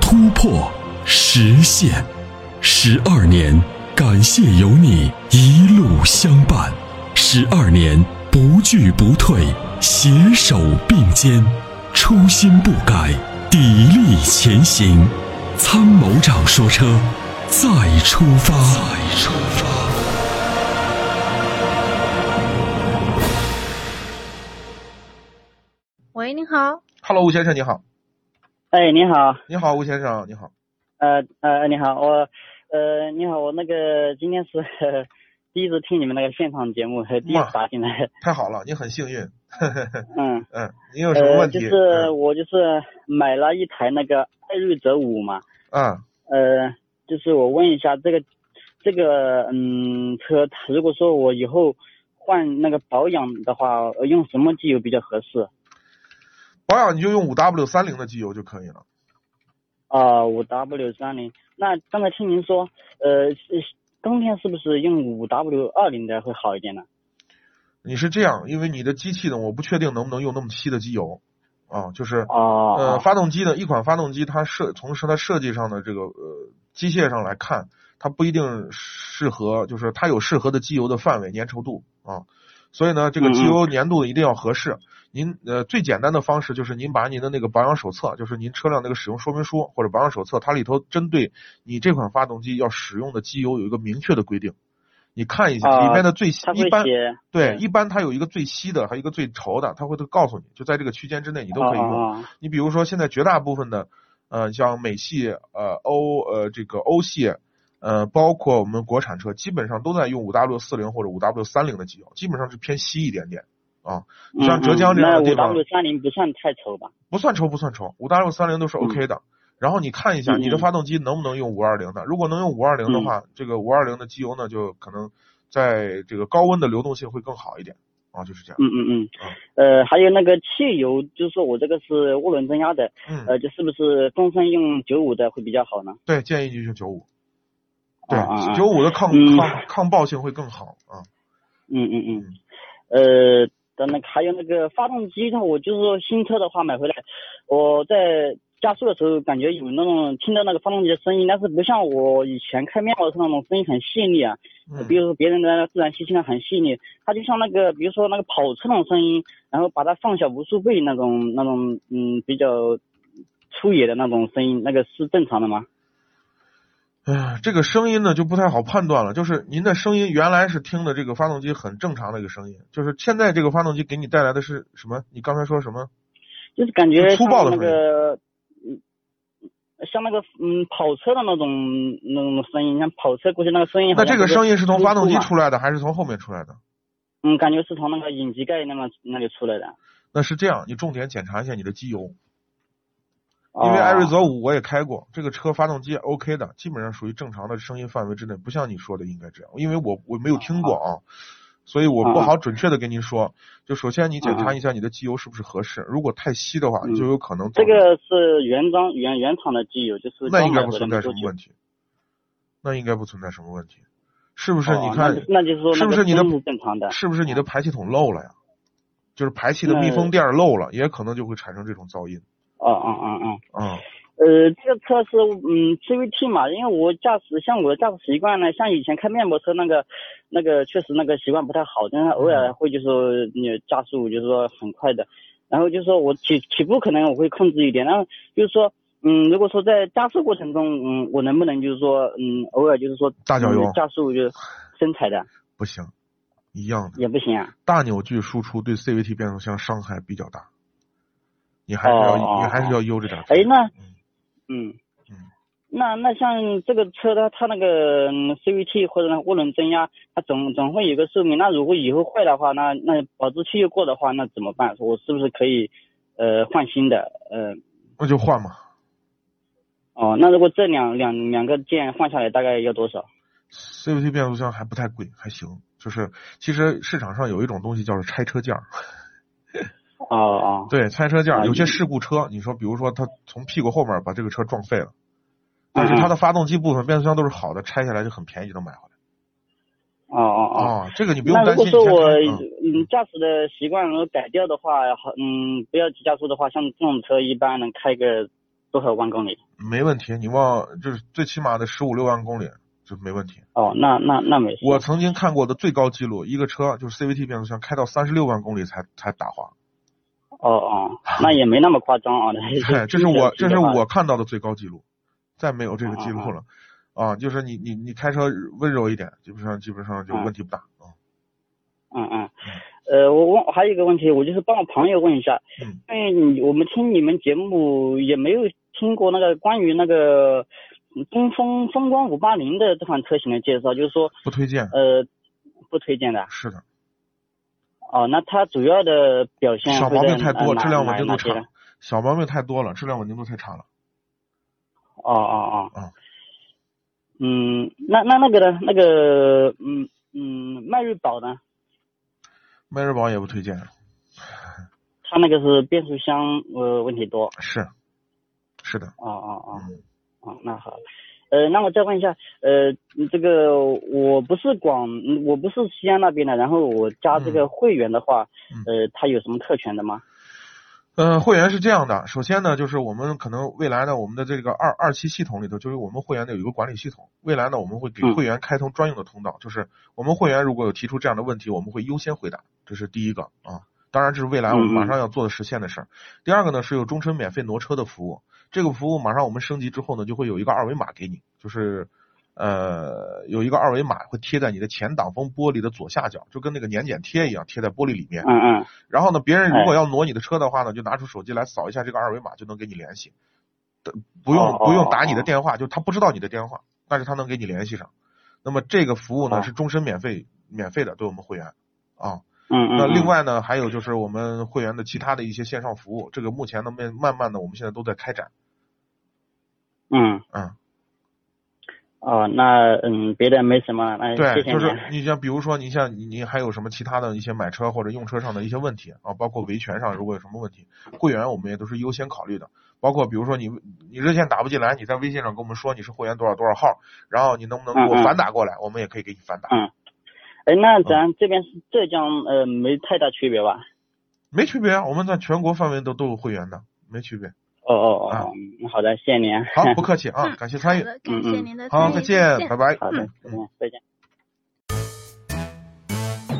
突破、实现，十二年，感谢有你一路相伴，十二年不惧不退，携手并肩，初心不改，砥砺前行。”参谋长说：“车，再出发。”再出发。喂，您好， Hello，吴先生，你好。哎，你好，你好，吴先生，你好。呃呃，你好，我呃，你好，我那个今天是 呵第一次听你们那个现场节目，呃第一次打进来，太好了，你很幸运。 嗯，嗯，你 有什么呃，问就题？嗯是我就是买了一台那个艾瑞泽五嘛，嗯呃，就是我问一下这个这个嗯车，如果说我以后换那个保养的话，呃用什么机油比较合适？保养你就用五 W 三零的机油就可以了。啊，五 W 三零。那刚才听您说，呃，是冬天是不是用五 W 二零的会好一点呢？你是这样，因为你的机器呢，我不确定能不能用那么稀的机油啊，就是哦，呃，发动机呢，一款发动机它设从是它设计上的这个呃机械上来看，它不一定适合，就是它有适合的机油的范围、粘稠度啊。所以呢，嗯这个机油粘度一定要合适。您呃最简单的方式就是您把您的那个保养手册，就是您车辆那个使用说明书或者保养手册，它里头针对你这款发动机要使用的机油有一个明确的规定。你看一下啊里面的最它一会般写对，一般它有一个最稀的，还有一个最稠的，它会都告诉你，就在这个区间之内你都可以用。哦哦你比如说现在绝大部分的，呃，像美系、呃欧呃这个欧系，呃包括我们国产车，基本上都在用五 W 四零或者五 W 三零的机油，基本上是偏稀一点点啊，哦像浙江这样的地方那五 W 三零不算太稠吧？不算稠不算稠，五 W 三零都是 OK 的。然后你看一下嗯嗯嗯嗯你的发动机能不能用五二零的，如果能用五二零的话，这个五二零的机油呢就可能在这个高温的流动性会更好一点啊，就是这样。嗯嗯嗯。呃，还有那个汽油，就是说我这个是涡轮增压的，嗯，呃，就是不是公分用九五的会比较好呢？对，建议你用九五。对啊啊，啊九五的抗嗯抗抗爆性会更好啊。嗯嗯嗯。呃，等等，还有那个发动机的话，我就是说新车的话买回来，我在加速的时候感觉有那种听到那个发动机的声音，但是不像我以前开面包车那种声音很细腻啊。嗯比如说别人的那个自然吸气量很细腻，它就像那个比如说那个跑车那种声音，然后把它放小无数倍那种那种嗯比较粗野的那种声音，那个是正常的吗？唉，哎这个声音呢就不太好判断了。就是您的声音原来是听的这个发动机很正常的一个声音，就是现在这个发动机给你带来的是什么？你刚才说什么？就是感觉就粗像暴的那个嗯像那个嗯跑车的那种那种声音，像跑车过去那个声音好那像这就个是声音是从发动机突出嘛出来的，还是从后面出来的？嗯，感觉是从那个引擎盖那么那里出来的。那是这样，你重点检查一下你的机油，因哦为艾瑞泽五我也开过，这个车发动机 OK 的，基本上属于正常的声音范围之内，不像你说的应该这样，因为我我没有听过啊，所以我不啊好准确的跟您说。就首先你检查一下你的机油是不是合适，如果太稀的话，嗯你就有可能造这成个是原装原原厂的机油，就是那应该刚买不回来存没在什多么久问题，那应该不存在什么问题，是不是？哦你看那就那就是说是那不个是你的声音是正常的啊是不是你的排气筒漏了呀？就是排气的密封那垫儿漏了，也可能就会产生这种噪音哦哦哦哦。啊。呃，这个车是嗯 CVT 嘛，因为我驾驶像我的驾驶习惯呢，像以前开面包车那个那个确实那个习惯不太好，但是偶尔嗯会就是说你加速就是说很快的，然后就是说我起起步可能我会控制一点，然后就是说嗯，如果说在加速过程中，嗯，我能不能就是说嗯偶尔就是说大脚油嗯加速就深踩的不行，一样的。也不行啊，大扭矩输出对 CVT 变速箱伤害比较大，你还是要、哦你还是要悠着点开。哎那嗯嗯嗯。那那像这个车它它那个嗯 CVT 或者那涡轮增压，它总总会有个寿命。那如果以后坏的话，那那保质期又过的话，那怎么办？我是不是可以呃换新的？呃那就换嘛。哦，那如果这两两两个键换下来，大概要多少？ CVT 变速箱还不太贵，还行。就是其实市场上有一种东西叫做拆车件儿，哦哦，对，拆车件儿。啊有些你事故车，你说比如说他从屁股后面把这个车撞废了，但嗯是它的发动机部分、变速箱都是好的，拆下来就很便宜就能买回来。哦哦哦。啊，这个你不用那担如心。果说我你先看嗯嗯驾驶的习惯能够改掉的话，好嗯不要急加速的话，像这种车一般能开个多少万公里？嗯没问题，你往就是最起码的十五六万公里，这没问题。哦，那那那没事。我曾经看过的最高记录，一个车就是 CVT 变速箱开到三十六万公里才才打滑。哦 哦，那也没那么夸张啊。对，哎这是我这是的话我看到的最高记录，再没有这个记录了。啊，就是你你你开车温柔一点，基本上基本上就问题不大啊。嗯嗯，呃，我问我还有一个问题，我就是帮我朋友问一下，嗯因为你我们听你们节目也没有听过那个关于那个东风风光五八零的这款车型的介绍，就是说不推荐。呃不推荐的是的，哦。那它主要的表现小会毛在病太多，哪质量稳定哪度哪些呢差。小毛病太多了，质量稳定度太差了。哦哦嗯哦。嗯，那那那个呢？那个嗯嗯，迈锐宝呢？迈锐宝也不推荐，它那个是变速箱呃问题多。是，是的，哦哦哦嗯，哦，那好。呃，那我再问一下，呃，这个我不是广，嗯我不是西安那边的，然后我加这个会员的话，呃，它有什么特权的吗？嗯，会员是这样的，首先呢，就是我们可能未来呢，我们的这个二二期系统里头，就是我们会员的有一个管理系统，未来呢，我们会给嗯会员开通专用的通道，就是我们会员如果有提出这样的问题，我们会优先回答，这是第一个啊。当然，这是未来我们嗯嗯马上要做的实现的事儿。第二个呢，是有终身免费挪车的服务，这个服务马上我们升级之后呢，就会有一个二维码给你，就是呃有一个二维码会贴在你的前挡风玻璃的左下角，就跟那个年检贴一样贴在玻璃里面。嗯嗯，然后呢，别人如果哎要挪你的车的话呢，就拿出手机来扫一下这个二维码，就能给你联系，的不用哦哦不用打你的哦电话，就他不知道你的电话，但是他能给你联系上。那么这个服务呢哦是终身免费，免费的对我们会员啊。嗯嗯。那另嗯，外呢，还有就是我们会员的其他的一些线上服务，这个目前呢慢慢慢的我们现在都在开展，嗯，嗯，哦，那嗯，别的没什么了，那对，谢谢就你啊。是你像比如说你像你你还有什么其他的一些买车或者用车上的一些问题啊，包括维权上如果有什么问题，会员我们也都是优先考虑的。包括比如说你你热线打不进来，你在微信上跟我们说你是会员多少多少号，然后你能不能给我嗯嗯反打过来，我们也可以给你反打，哎，那咱这边是浙江，呃，没太大区别吧？没区别啊，我们在全国范围都都有会员的，没区别。哦哦啊哦，嗯好的，谢谢您啊。好， 不客气啊，嗯感谢参与好，的，感谢您的参嗯好，与，再见，拜拜。好的，再嗯见，再见。